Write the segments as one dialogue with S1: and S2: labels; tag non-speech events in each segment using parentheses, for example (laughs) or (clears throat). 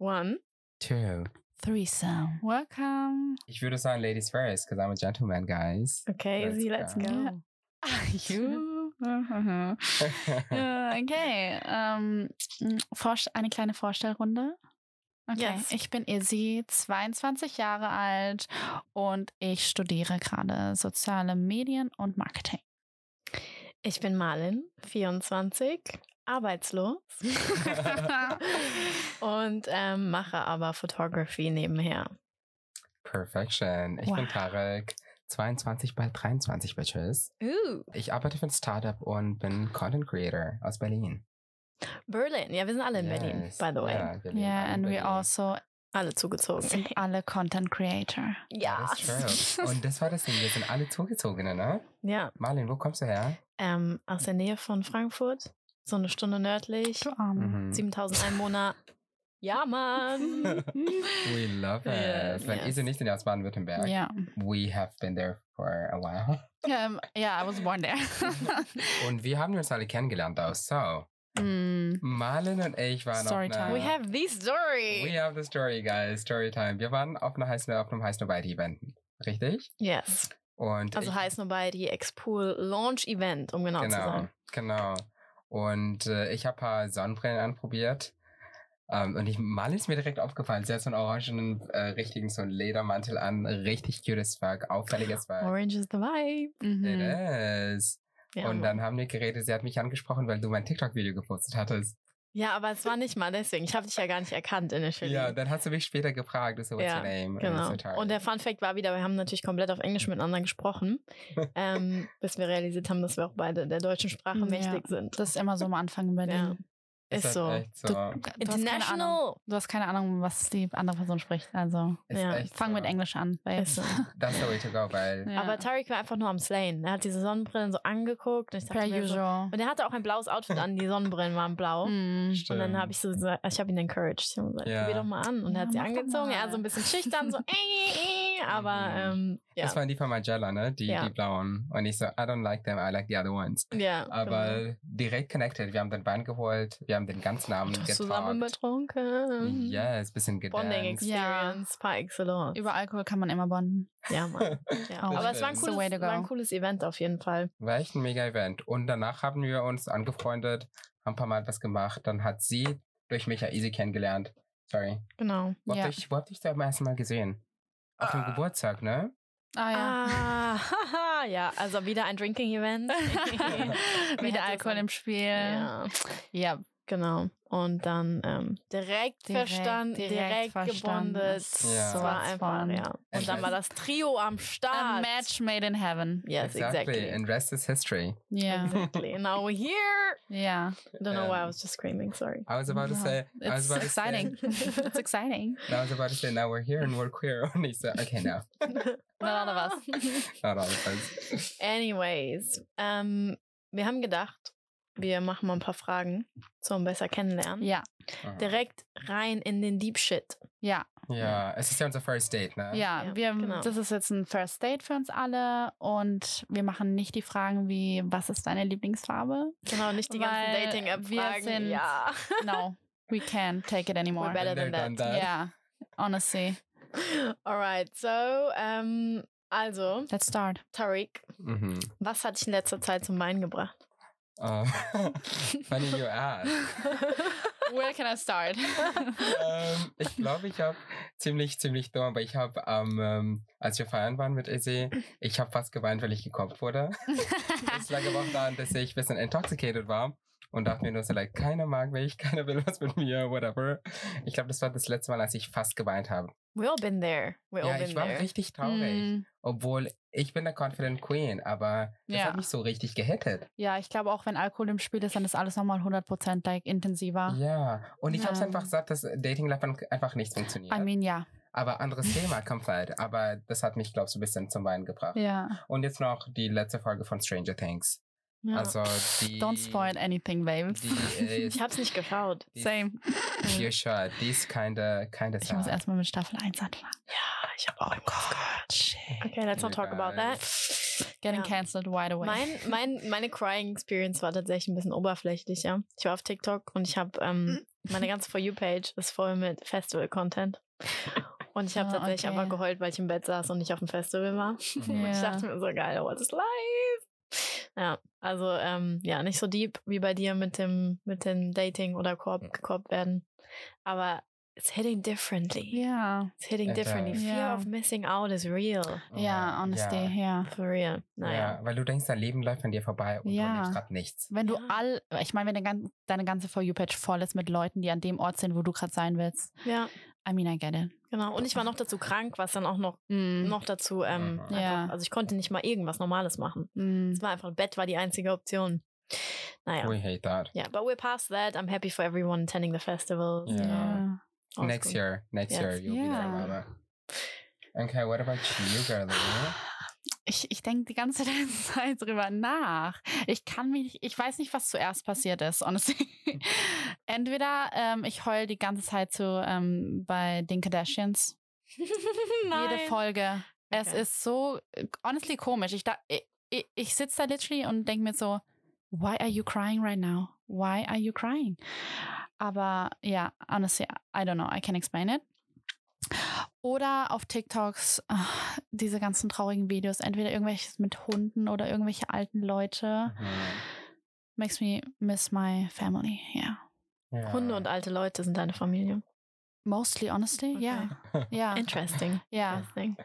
S1: One,
S2: Two.
S3: Threesome.
S1: welcome.
S2: Ich würde sagen Ladies first, because I'm a
S1: (laughs)
S2: gentleman, guys. (laughs)
S1: Okay,
S2: Let's
S1: Izzy, let's
S2: go.
S1: go.
S3: Yeah. (laughs) you. Äh, okay. Ähm, Vorst- eine kleine Vorstellrunde. Okay.
S1: Yes.
S3: Ich bin Izzy, 22 Jahre alt und ich studiere gerade soziale Medien und Marketing. (laughs)
S1: Ich bin Marlin, 24, (laughs) arbeitslos und ähm, mache aber Photography nebenher.
S2: Perfection. Ich bin
S3: Wow.
S2: Tarek, 22, bald 23, Bitches.
S1: Uh,
S2: Ich arbeite für ein Startup und bin Content Creator aus Berlin.
S1: Berlin. Ja, wir sind alle in Berlin,
S2: Yes.
S1: by the way.
S2: Ja, wir leben
S3: yeah,
S2: alle in
S3: and we
S2: Berlin.
S3: also
S1: Alle zugezogen.
S3: sind alle Content Creator.
S1: ja.
S2: That is true. Und das war das Ding. Wir sind alle Zugezogene, ne?
S1: Ja,
S2: Marlin, wo kommst du her?
S1: ähm, aus der Nähe von Frankfurt, so eine Stunde nördlich,
S3: Du Arme.
S1: Mhm. 7000 (laughs) Einwohner. Ja, Mann.
S2: (laughs) We love it.
S1: Yes.
S2: Wenn ihr sie nicht in aus Baden-Württemberg.
S3: Ja.
S2: We have been there for a while.
S3: Ähm, yeah, I was born there. (laughs)
S2: Und wir haben uns alle kennengelernt aus. So,
S3: mm,
S2: Marlin und ich waren auf
S3: Storytime.
S2: einer...
S1: We have the story.
S2: We have the story, guys. Storytime. Wir waren auf, einer heißen, auf einem heißen White Event, richtig?
S1: yes.
S2: Und
S1: Also
S2: ich-
S1: heißt nur bei die Expool Launch Event, um genau, zu
S2: genau,
S1: sein.
S2: genau. Und äh, ich habe ein paar Sonnenbrillen anprobiert. Ähm, und ich, Marlin ist mir direkt aufgefallen. Sie hat so einen orangenen, äh, richtigen, so einen Ledermantel an. Richtig cutes Fuck, auffälliges Fuck.
S1: Orange is the vibe.
S2: It
S3: mhm.
S2: is.
S1: Ja,
S2: und
S1: Mann.
S2: dann haben wir geredet. Sie hat mich angesprochen, weil du mein TikTok-Video gepostet hattest.
S1: ja, aber es war nicht mal deswegen. Ich habe dich ja gar nicht erkannt initially.
S2: Ja, dann hast du mich später gefragt. So, what's
S1: Ja,
S2: your name?
S1: Genau.
S2: Und, so,
S1: Und der Fun Fact war wieder, wir haben natürlich komplett auf Englisch miteinander
S2: (laughs)
S1: gesprochen, ähm, bis wir realisiert haben, dass wir auch beide der deutschen Sprache
S3: Ja.
S1: mächtig sind.
S3: Das ist immer so am Anfang in Berlin.
S1: Ja.
S2: Das
S1: ist
S2: halt
S1: so.
S2: echt so.
S3: Du hast keine Ahnung.
S1: International.
S3: Du hast keine Ahnung, was die andere Person spricht. Also
S2: Ist
S1: Ja.
S2: echt
S3: fang
S2: so.
S3: mit Englisch an. Weil
S1: Ist so.
S2: That's the way to go, weil
S3: Ja.
S1: Aber Tariq war einfach nur am Slayen. Er hat diese Sonnenbrillen so angeguckt. Und ich dachte
S3: per
S1: mir so,
S3: usual.
S1: und er hatte auch ein blaues Outfit an, die Sonnenbrillen waren blau.
S3: Mm.
S1: Und dann habe
S2: Stimmt.
S1: ich so gesagt, ich habe ihn encouraged. Ich habe gesagt,
S2: Ja.
S1: probier doch mal an. Und er
S3: Ja,
S1: hat sie
S3: mach doch
S1: angezogen. Er
S3: mal.
S1: war so ein bisschen schüchtern, so, (laughs) äh, äh, aber ähm, ja.
S2: Mhm. Das waren die von Magella, ne? Die,
S1: Ja.
S2: die blauen. Und ich so, I don't like them, I like the other ones.
S1: ja. genau.
S2: Aber direkt connected. Wir haben den Wein geholt, wir haben den ganzen Abend
S1: genau.
S2: getalkt.
S1: zusammen betrunken.
S2: Yes, bisschen
S1: Bonding
S2: gedanced.
S1: Experience par excellence.
S3: Über Alkohol kann man immer bonden.
S1: ja, Mann. Ja.
S3: Oh,
S1: Aber es war ein, cooles,
S2: stimmt.
S3: The way to go.
S1: war ein cooles Event auf jeden Fall.
S2: War echt ein mega Event. Und danach haben wir uns angefreundet, haben ein paar Mal was gemacht. Dann hat sie durch mich ja easy kennengelernt. Sorry.
S1: Genau.
S2: Wo
S3: Ja.
S2: hab ich, wo hab ich da beim ersten Mal gesehen? Auf dem Geburtstag, ne?
S3: Ah ja. (laughs)
S1: Ah, (laughs) haha, (laughs) ja, also wieder ein Drinking Event.
S3: Wieder Alkohol im Spiel. Ja.
S1: Ja, genau. Und dann ähm, direkt,
S3: Direkt,
S1: verstanden,
S3: direkt
S1: direkt
S3: verstanden.
S1: gebondet.
S3: Das
S2: Ja.
S1: Es war
S3: sowas
S1: einfach,
S3: von.
S1: ja. Und dann war das Trio am
S3: A
S1: Start.
S3: match made in heaven.
S1: Yes, exactly.
S2: And rest is history.
S3: Ja.
S1: Exactly. And now we're here.
S3: Ja.
S1: I don't know why I
S2: Ähm.
S1: was just screaming, sorry.
S2: I was about to
S3: Ja.
S2: say, I was
S3: It's
S2: about to say-
S3: exciting.
S1: (laughs)
S3: It's exciting.
S2: I was about to say, now we're here and we're queer. (laughs) Und ich so, okay, no.
S3: Not
S2: (laughs)
S3: all of us.
S2: Not all of us.
S1: Anyways, ähm, wir haben gedacht, wir machen mal ein paar Fragen zum besser kennenlernen.
S3: Ja.
S2: Uh-huh.
S1: Direkt rein in den Deep Shit.
S3: Ja.
S2: Ja, es ist ja unser First Date, ne?
S3: Ja,
S1: Ja,
S3: wir,
S1: genau.
S3: das ist jetzt ein First Date für uns alle und wir machen nicht die Fragen wie, was ist deine Lieblingsfarbe?
S1: Genau, nicht die ganzen
S3: Weil wir
S1: Dating-App-Fragen.
S3: sind-
S1: ja. (laughs)
S3: No, we can't take it anymore.
S1: We're better
S2: Been
S1: than
S2: there,
S1: that.
S2: done that.
S3: Yeah, honestly.
S1: Alright, so, ähm, also,
S3: Let's start.
S1: Tariq,
S2: Mhm.
S1: was hat dich in letzter Zeit zum Weinen
S2: (laughs)
S1: gebracht?
S2: Oh. (laughs) Funny you ask.
S3: Where can I
S2: (laughs)
S3: start?
S2: ähm, ich glaube, ich habe ziemlich, ziemlich dumm, aber ich habe, ähm, ähm, als wir feiern waren mit Izzy, ich habe fast geweint, weil ich
S1: (laughs)
S2: gekopft wurde. Es lag aber auch daran, dass ich ein bisschen intoxicated war und dachte mir nur so, like, keiner mag mich, (laughs) keiner will was mit mir, whatever. Ich glaube, das war das letzte Mal, als ich fast geweint habe.
S1: We all been there. We all
S2: Ja,
S1: been
S2: ich war
S1: there.
S2: richtig traurig.
S3: Mm,
S2: Obwohl, ich bin der Confident Queen, aber das
S3: Ja.
S2: hat mich so richtig gehittet.
S3: ja, ich glaube auch, wenn Alkohol im Spiel ist, dann ist alles nochmal 100% like, intensiver.
S2: Ja, und ich hab's
S3: Ah. Ja.
S2: einfach gesagt, dass Dating Lab einfach nicht funktioniert.
S3: I mean, ja.
S2: aber anderes Thema komplett. Aber das hat mich, glaube ich, so ein bisschen zum Weinen gebracht.
S3: Ja.
S2: Und jetzt noch die letzte Folge von Stranger Things.
S1: Ja.
S2: Also die.
S3: Don't spoil anything, babes.
S2: Die
S1: ich
S3: (laughs)
S2: ist,
S1: hab's nicht geschaut.
S2: die
S3: Same.
S2: You sure? Die ist kinda, kinda
S3: Ich muss
S2: sad.
S3: erstmal mit Staffel 1 anfangen.
S1: Ja, Ah, ich habe auch im Kopf
S2: Ah,
S1: gehört.
S3: Shit.
S1: Okay, let's not talk about that. Ja.
S3: Getting cancelled right away.
S1: Mein,
S3: Hm.
S1: mein, meine Crying Experience war tatsächlich ein bisschen oberflächlicher. Ich war auf TikTok und ich habe ähm, Meine ganze For You-Page ist voll mit Festival-Content. Und ich habe
S3: Ah,
S1: tatsächlich
S3: okay.
S1: einfach geheult, weil ich im Bett saß und nicht auf dem Festival war. Und ich
S3: Ja.
S1: dachte mir so, geil, what is life? Ja, also ähm, ja, nicht so deep wie bei dir mit dem, mit dem Dating oder Korb, gekorbt werden. Aber it's hitting differently.
S3: Ja.
S1: It's hitting
S2: It
S1: differently.
S3: does.
S1: Fear
S3: Ja.
S1: of missing out is real.
S2: Oh,
S3: Ja, honestly,
S2: Ja.
S3: ja.
S1: For real. Naja.
S2: Ja, weil du denkst, dein Leben läuft an dir vorbei und
S3: Ja.
S2: du lebst gerade nichts.
S3: Wenn du
S1: Ja.
S3: all, ich meine, wenn dein gan- deine ganze For You-Page voll ist mit Leuten, die an dem Ort sind, wo du gerade sein willst.
S1: Ja.
S3: I mean, I get it.
S1: genau. Und ich war noch dazu krank, was dann auch noch,
S3: Mm.
S1: noch dazu, ähm,
S2: Mhm.
S1: einfach,
S3: Ja.
S1: also ich konnte nicht mal irgendwas Normales machen.
S3: Mm.
S1: Es war einfach, Bett war die einzige Option. Naja.
S2: We hate that.
S1: Yeah, but we're past that. I'm happy for everyone attending the festivals.
S2: Ja.
S3: Ja.
S1: All's
S2: next
S1: gut. (laughs)
S2: year, next
S1: Yes.
S2: year, you'll be there,
S3: Yeah.
S2: Mama. Okay, what about you, girlie?
S3: Uh, Ich, ich denke die ganze (laughs) Zeit drüber nach. Ich kann mich, ich weiß nicht, was zuerst passiert ist, honestly. (laughs) Entweder ähm, ich heul die ganze Zeit zu ähm, bei den Kardashians. Jede
S1: Nein.
S3: Folge. Es
S1: Okay.
S3: ist so, äh, honestly, komisch. Ich, da, ich, ich, ich sitze da literally und denke mir so, why are you crying right now? Why are you crying? Aber ja, honestly, I don't know. I can explain it. Oder auf TikToks ah, diese ganzen traurigen Videos, entweder irgendwelches mit Hunden oder irgendwelche alten Leute.
S2: Mhm.
S3: Makes me miss my family, yeah.
S2: Ja.
S1: Hunde
S2: (laughs)
S1: und alte Leute sind deine Familie.
S3: Mostly, honestly,
S1: Okay.
S3: yeah. (laughs) Ja,
S1: Interesting.
S3: ja.
S1: Interesting.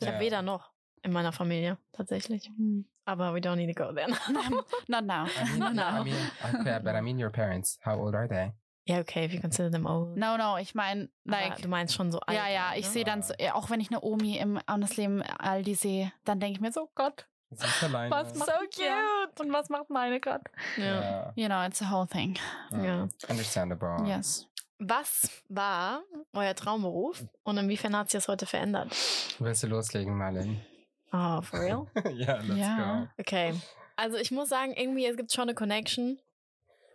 S1: Ich
S2: Ja.
S1: habe weder noch in meiner Familie tatsächlich.
S3: Hm.
S1: Aber we don't need to go there.
S3: (laughs) Not now.
S2: I mean,
S1: Not now.
S2: I mean, okay,
S3: (laughs)
S2: but I mean your parents. How old are they?
S1: (laughs) ja, okay, if you consider them old.
S3: No, no, ich meine,
S1: Aber
S3: like,
S1: du meinst schon so alt.
S3: ja, ja,
S1: alt,
S3: ich
S1: ne?
S3: sehe dann, so, ja, auch wenn ich eine Omi im honestly im Aldi sehe, dann denke ich mir so, oh Gott,
S2: Sie ist alleine.
S3: was
S1: So
S3: macht cute und was macht meine gerade?
S1: Ja.
S2: Ja.
S3: You know, it's a whole thing.
S1: Ja.
S2: Mm. Understandable.
S3: Yes.
S1: Was war euer Traumberuf und inwiefern hat sich das heute verändert?
S2: Willst du loslegen, Marlin? (laughs)
S1: Oh, for real?
S2: ja, let's
S3: Ja.
S2: go.
S1: Okay. Also ich muss sagen, irgendwie, es gibt schon eine Connection.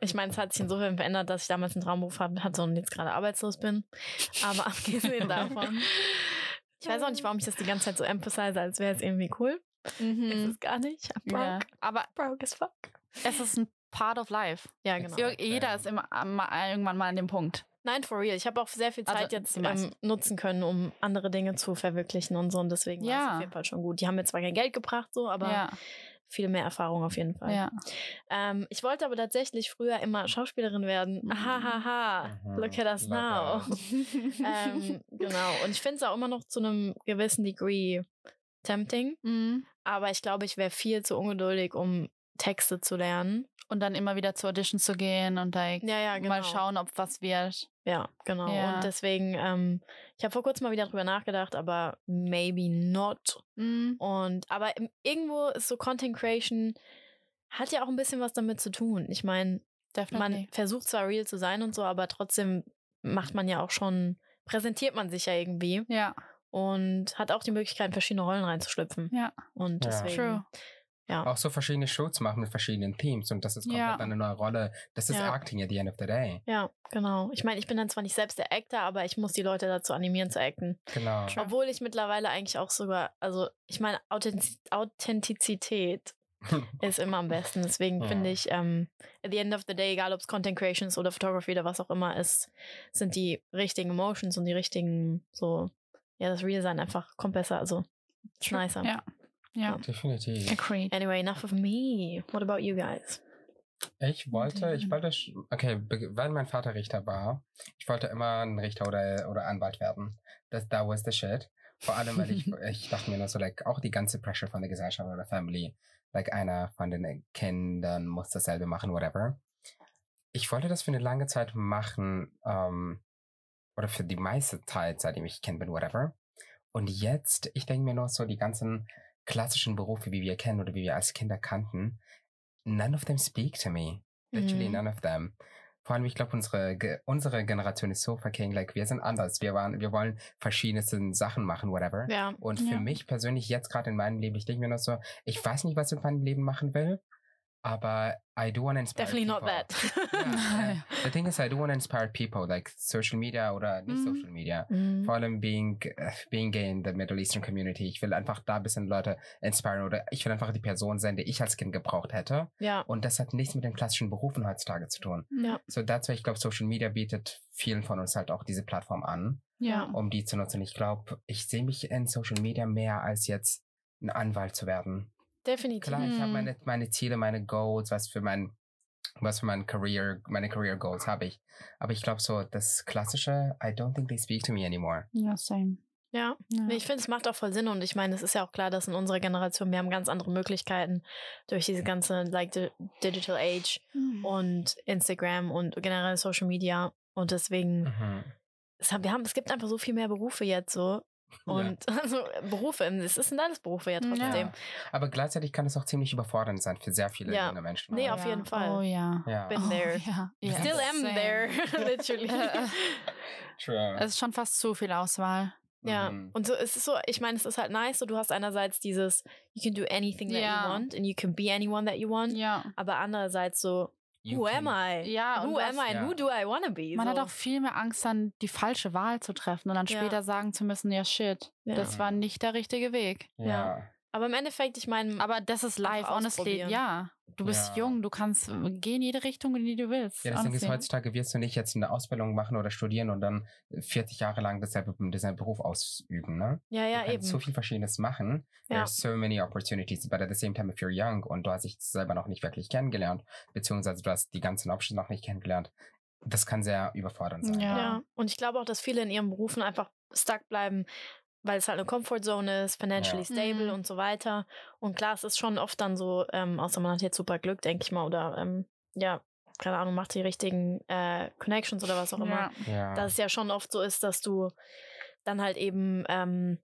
S1: Ich meine, es hat sich insofern verändert, dass ich damals einen Traumberuf hab- hatte und jetzt gerade arbeitslos bin. Aber (laughs) abgesehen davon. Ich weiß auch nicht, warum ich das die ganze Zeit so emphasize, als wäre es irgendwie cool. Ist es gar nicht. I'm broke.
S3: Ja. Aber
S1: Broke as fuck.
S3: es ist ein Part of life.
S1: Ja, genau.
S3: Ir- Jeder ist immer, mal- irgendwann mal an dem Punkt.
S1: Nein, for real. Ich habe auch sehr viel
S3: Also,
S1: Zeit jetzt
S3: die meisten.
S1: ähm, nutzen können, um andere Dinge zu verwirklichen und so. Und deswegen war es
S3: Ja.
S1: auf jeden Fall schon gut. Die haben mir zwar kein Geld gebracht, so, aber
S3: ja,
S1: viel mehr Erfahrung auf jeden Fall.
S3: ja.
S1: Ähm, ich wollte aber tatsächlich früher immer Schauspielerin werden.
S3: Mhm.
S1: Hahaha,
S2: Mhm.
S1: look at us
S2: Love
S1: now.
S3: (laughs)
S2: that.
S1: (laughs) ähm, genau. Und ich finde es auch immer noch zu einem gewissen Degree tempting.
S3: Mm.
S1: Aber ich glaube, ich wäre viel zu ungeduldig, um Texte zu lernen.
S3: Und dann immer wieder zu Auditions zu gehen und like,
S1: Ja, ja, genau.
S3: mal schauen, ob was wird.
S1: Ja, genau.
S3: Ja.
S1: Und deswegen, ähm, ich habe vor kurzem mal wieder drüber nachgedacht, aber maybe not. Mhm.
S3: Mm.
S1: Und aber im, irgendwo ist so Content Creation hat ja auch ein bisschen was damit zu tun. Ich meine, man
S3: Definitely.
S1: versucht zwar real zu sein und so, aber trotzdem macht man ja auch schon, präsentiert man sich ja irgendwie
S3: ja,
S1: und hat auch die Möglichkeit, in verschiedene Rollen reinzuschlüpfen.
S3: Ja.
S1: Und
S2: Ja.
S1: deswegen.
S3: true.
S1: Ja.
S2: Auch so verschiedene Shows machen mit verschiedenen Teams und das ist komplett
S3: Ja.
S2: eine neue Rolle. Das ist
S1: Ja.
S2: Acting at the end of the day.
S1: Ja, genau. Ich meine, ich bin dann zwar nicht selbst der Actor, aber ich muss die Leute dazu animieren zu acten.
S2: Genau.
S3: True.
S1: Obwohl ich mittlerweile eigentlich auch sogar, also ich meine, Authentiz Authentizität ist immer am besten. Deswegen
S2: Ja.
S1: finde ich, ähm, at the end of the day, egal ob es Content Creation ist oder Photography oder was auch immer ist, sind die richtigen Emotions und die richtigen, so, ja, das Real Sein einfach kommt besser. Also, ist nicer.
S3: Ja. Ja,
S2: (laughs) Definitiv.
S3: agree.
S1: Anyway, enough of me. What about you guys?
S2: Ich wollte, ich
S3: Mhm.
S2: wollte, sch- okay, be- weil mein Vater Richter war, ich wollte immer ein Richter oder, oder Anwalt werden. Das, that was the shit. Vor allem, weil ich, ich dachte mir nur so, like, auch die ganze Pressure von der Gesellschaft oder Family, like, einer von den Kindern muss dasselbe machen, whatever. Ich wollte das für eine lange Zeit machen, ähm, oder für die meiste Zeit, seitdem ich Kind bin, whatever. Und jetzt, ich denke mir nur so, die ganzen klassischen Berufe, wie wir kennen oder wie wir als Kinder kannten, none of them speak to me. Literally
S1: Mhm.
S2: none of them. Vor allem, ich glaube, unsere, Ge- unsere Generation ist so fucking, like, wir sind anders. Wir waren, wir wollen verschiedenste Sachen machen, whatever.
S1: Ja.
S2: Und für
S3: Ja.
S2: mich persönlich jetzt gerade in meinem Leben, ich denke mir noch so, ich weiß nicht, was ich in meinem Leben machen will, Aber I do want to inspire
S1: Definitely not
S2: people.
S1: that. (laughs)
S3: (laughs)
S2: Yeah, yeah. The thing is, I do want to inspire people, like social media oder nicht
S3: Mhm.
S2: social media.
S1: Mhm.
S2: Vor allem being, äh, being gay in the Middle Eastern Community. Ich will einfach da ein bisschen Leute inspirieren oder ich will einfach die Person sein, die ich als Kind gebraucht hätte.
S1: Ja.
S2: Und das hat nichts mit den klassischen Berufen heutzutage zu tun.
S1: Ja.
S2: So, dazu, ich glaube, Social Media bietet vielen von uns halt auch diese Plattform an,
S3: Ja.
S2: um die zu nutzen. Ich glaube, ich sehe mich in Social Media mehr als jetzt ein Anwalt zu werden.
S1: Definitiv.
S2: Klar, ich habe
S3: Mhm.
S2: meine, meine Ziele, meine Goals, was für mein, was für mein Career, meine Career Goals habe ich. Aber ich glaube so, das klassische, I don't think they speak to me anymore.
S3: Ja, same.
S1: Ja.
S3: Ja.
S1: Nee, ich finde, es macht auch voll Sinn und ich meine, es ist ja auch klar, dass in unserer Generation, wir haben ganz andere Möglichkeiten durch diese ganze like, di Digital Age
S3: Mhm.
S1: und Instagram und generell Social Media und deswegen,
S2: Mhm.
S1: es, haben, wir haben, es gibt einfach so viel mehr Berufe jetzt so und (laughs) also Berufe, es ist ein alles Berufe ja
S3: Ja.
S1: trotzdem.
S2: Ja. Aber gleichzeitig kann es auch ziemlich überfordernd sein für sehr viele
S1: Ja.
S2: junge Menschen.
S1: Nee,
S2: auch.
S1: auf jeden Fall.
S3: Oh ja.
S2: ja.
S1: Bin-
S3: (laughs) oh,
S1: there.
S3: Ja. ja.
S1: Still am
S3: Same. (laughs)
S1: there, (laughs) literally.
S2: True.
S3: Es ist schon fast zu viel Auswahl.
S1: Ja,
S2: Mhm.
S1: und so es ist so, ich meine, es ist halt nice, so du hast einerseits dieses you can do anything that
S3: Ja.
S1: you want and you can be anyone that you want,
S3: Ja.
S1: aber andererseits so
S2: You
S1: who am
S2: can-
S1: I?
S3: Ja, Ah, und
S1: who
S3: du
S1: am
S3: hast-
S1: I and who
S2: Ja.
S1: do I wanna be?
S3: Man
S1: so.
S3: hat auch viel mehr Angst, dann die falsche Wahl zu treffen und dann
S1: Ja.
S3: später sagen zu müssen, ja shit,
S1: Ja.
S3: das war nicht der richtige Weg.
S1: Ja. aber im Endeffekt, ich meine,
S3: Aber das ist live,
S1: Hm. Einfach
S3: honestly,
S1: ausprobieren.
S3: ja. Du bist
S2: Ja.
S3: jung, du kannst äh, geh in jede Richtung, in die du willst.
S2: Ja, das Ding ist,
S3: honestly.
S2: heutzutage wirst du nicht jetzt eine Ausbildung machen oder studieren und dann 40 Jahre lang dasselbe, denselben Beruf ausüben, ne?
S1: ja, ja,
S2: du
S1: eben.
S2: kannst so viel Verschiedenes machen.
S1: Ja.
S2: There's so many opportunities, but at the same time, if you're young und du hast dich selber noch nicht wirklich kennengelernt, beziehungsweise du hast die ganzen Options noch nicht kennengelernt, das kann sehr überfordernd sein.
S3: Ja.
S1: ja, und ich glaube auch, dass viele in ihren Berufen einfach stuck bleiben, weil es halt eine Comfortzone ist, financially
S3: Ja.
S1: stable
S3: Mhm.
S1: und so weiter. Und klar, es ist schon oft dann so, ähm, außer man hat jetzt super Glück, denke ich mal, oder ähm, ja, keine Ahnung, macht die richtigen äh, Connections oder was auch immer.
S3: Ja.
S2: Ja.
S1: dass es ja schon oft so ist, dass du dann halt eben ähm,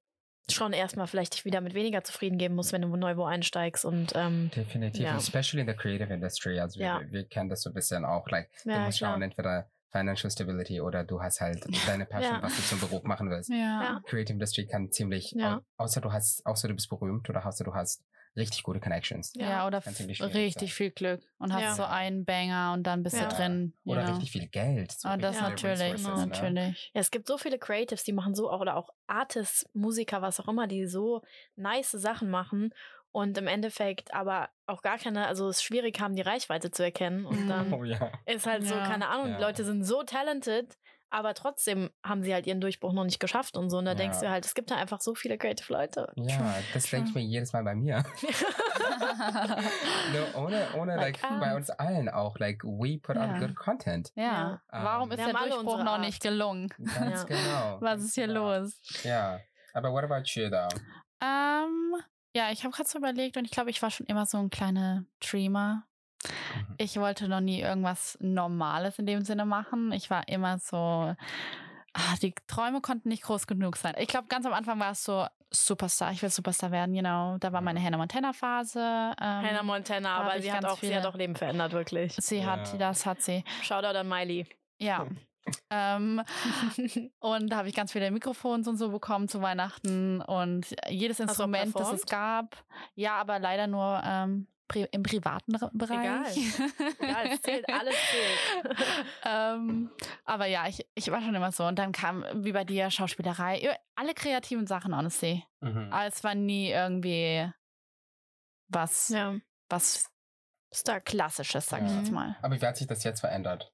S1: schon erstmal vielleicht dich wieder mit weniger zufrieden geben musst, wenn du neu wo einsteigst und ähm,
S2: Definitiv,
S1: Ja.
S2: especially in the creative industry. Also
S1: Ja.
S2: wir, wir kennen das so ein bisschen auch. Like, du
S1: ja,
S2: musst
S1: klar.
S2: schauen, entweder Financial Stability oder du hast
S1: (laughs)
S2: halt deine Passion,
S1: Ja.
S2: was du zum Beruf machen willst.
S3: Ja.
S1: Ja.
S2: Creative Industry kann ziemlich,
S1: Ja.
S2: au- außer du hast, außer du bist berühmt oder außer du hast richtig gute Connections.
S3: ja.
S1: Ja.
S3: oder
S2: Kann
S3: f-
S2: ziemlich schwierig
S3: richtig
S2: sein.
S3: viel Glück und hast
S1: Ja.
S3: so einen Banger und dann bist
S1: Ja.
S3: du drin. you
S2: Oder
S3: know.
S2: richtig viel Geld. so
S1: Ah,
S3: Und das
S2: richtig viele
S3: natürlich,
S2: Resources,
S1: genau.
S2: ne?
S3: natürlich.
S1: Ja, es gibt so viele Creatives, die machen so auch, oder auch Artists, Musiker, was auch immer, die so nice Sachen machen und im Endeffekt aber auch gar keine, also es ist schwierig haben, die Reichweite zu erkennen und
S3: Mhm.
S1: dann
S2: (laughs) Oh ja.
S1: ist halt so,
S3: Ja.
S1: keine Ahnung,
S2: Ja.
S1: die Leute sind so talented, aber trotzdem haben sie halt ihren Durchbruch noch nicht geschafft und so und da
S2: Ja.
S1: denkst du halt, es gibt da einfach so viele creative Leute.
S3: (laughs)
S2: Ja, das denke ich mir jedes Mal bei mir. (laughs) No, ohne, ohne,
S1: Like
S2: like,
S1: us.
S2: bei uns allen auch. Like, we put
S3: ah. Ja.
S2: out good content.
S3: (laughs) Ja.
S2: Ja.
S3: Warum
S2: Wir
S3: ist
S1: haben
S3: der
S1: alle
S3: Durchbruch
S1: unsere
S3: noch
S1: Art.
S3: nicht gelungen?
S2: Ganz
S1: Ja.
S2: genau.
S3: Was
S2: ganz
S3: ist hier
S2: genau.
S3: los?
S2: Ja. Aber what about you, though?
S3: Ähm, ja, ich habe gerade so überlegt und ich glaube, ich war schon immer so ein kleiner Dreamer.
S2: Mhm.
S3: Ich wollte noch nie irgendwas Normales in dem Sinne machen. Ich war immer so, ah, die Träume konnten nicht groß genug sein. Ich glaube, ganz am Anfang war es so Superstar. Ich will Superstar werden, genau. Da war meine Hannah Montana Phase. Ähm,
S1: (laughs) Hannah Montana,
S3: hab
S1: aber
S3: ich
S1: sie hat,
S3: ganz
S1: auch, sie
S3: viele-
S1: hat auch Leben verändert, wirklich.
S3: Sie hat,
S2: Ja.
S3: das hat sie.
S1: Shoutout an
S3: (laughs)
S1: Miley.
S2: (laughs)
S3: Ja. ähm, und da habe ich ganz viele Mikrofons und so bekommen zu Weihnachten und jedes
S1: du auch
S3: Instrument, das es
S1: performt?
S3: gab. Ja, aber leider nur ähm, pri im privaten Re- Bereich.
S1: Ja, es
S3: (laughs)
S1: zählt, alles zählt.
S3: ähm, aber ja, ich, ich war schon immer so. Und dann kam, wie bei dir, Schauspielerei, ja, alle kreativen Sachen, honestly.
S2: Mhm.
S3: Aber es war nie irgendwie was,
S1: Ja,
S3: was
S1: stark.
S3: Klassisches, sag ich
S2: Ja.
S3: jetzt mal.
S2: Aber wie hat sich das jetzt verändert?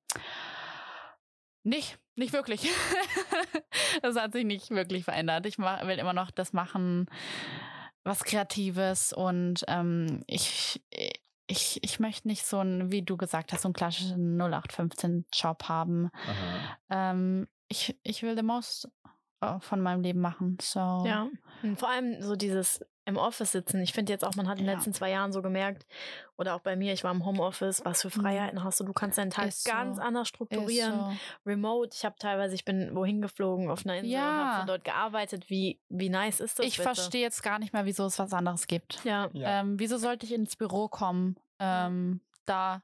S3: Nicht, nicht wirklich. (laughs) das hat sich nicht wirklich verändert. Ich mach, will immer noch das machen, was Kreatives und ähm, ich, ich, ich möchte nicht so ein, wie du gesagt hast, so einen klassischen 0815-Job haben.
S2: Mhm.
S3: Ähm, ich, ich will the most äh, von meinem Leben machen. So.
S1: Ja. Und vor allem so dieses im Office sitzen. Ich finde jetzt auch, man hat in den
S3: Ja.
S1: letzten zwei Jahren so gemerkt, oder auch bei mir, ich war im Homeoffice, was für Freiheiten hast du? Du kannst deinen Tag
S3: Mhm. Ist so.
S1: ganz anders
S3: Ist
S1: strukturieren.
S3: so.
S1: Remote, ich habe teilweise, ich bin wohin geflogen auf einer Insel und
S3: Ja.
S1: habe von dort gearbeitet. Wie, wie nice ist das?
S3: Ich
S1: bitte?
S3: verstehe jetzt gar nicht mehr, wieso es was anderes gibt.
S1: Ja,
S2: Ja.
S3: Ähm, wieso sollte ich ins Büro kommen, ähm, da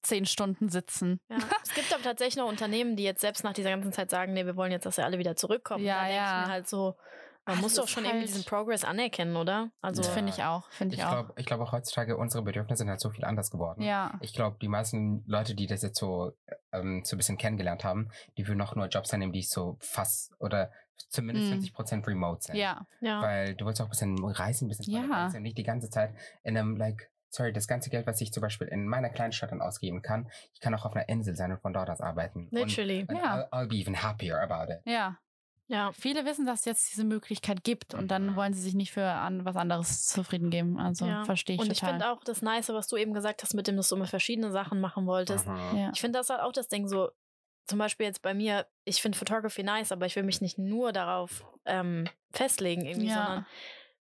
S3: zehn Stunden sitzen?
S1: Ja. Es gibt aber tatsächlich noch Unternehmen, die jetzt selbst nach dieser ganzen Zeit sagen, nee, wir wollen jetzt, dass ihr alle wieder zurückkommt.
S3: Ja,
S1: da denke
S3: ja.
S1: ich mir halt so, Man
S3: Ah,
S1: muss
S3: das
S1: doch
S3: ist
S1: schon irgendwie
S3: halt-
S1: diesen Progress anerkennen, oder? Also,
S3: Das
S2: Ja.
S3: finde ich auch, finde
S2: Ich
S3: ich, auch.
S2: glaube ich glaub auch heutzutage, unsere Bedürfnisse sind halt so viel anders geworden.
S3: Ja.
S2: Ich glaube, die meisten Leute, die das jetzt so, ähm, so ein bisschen kennengelernt haben, die würden auch nur Jobs annehmen, die so fast oder zumindest
S3: Mm.
S2: 50% remote sind.
S3: Ja.
S1: ja.
S2: Weil du willst auch ein bisschen reisen, ein bisschen
S3: Ja.
S2: reisen und nicht die ganze Zeit in einem, like, sorry, das ganze Geld, was ich zum Beispiel in meiner Kleinstadt dann ausgeben kann, ich kann auch auf einer Insel sein und von dort aus arbeiten. Und,
S1: Literally.
S2: and
S3: Ja.
S2: I'll, I'll be even happier about it.
S3: Ja.
S1: Ja.
S3: Viele wissen, dass es jetzt diese Möglichkeit gibt und dann
S2: Mhm.
S3: wollen sie sich nicht für an was anderes zufrieden geben. Also
S1: Ja.
S3: verstehe ich
S1: Und ich
S3: total.
S1: finde auch das Nice, was du eben gesagt hast, mit dem, dass du immer verschiedene Sachen machen wolltest.
S2: Mhm.
S3: ja.
S1: Ich finde das halt auch das Ding so, zum Beispiel jetzt bei mir, ich finde Photography nice, aber ich will mich nicht nur darauf ähm, festlegen irgendwie, sondern
S3: ja.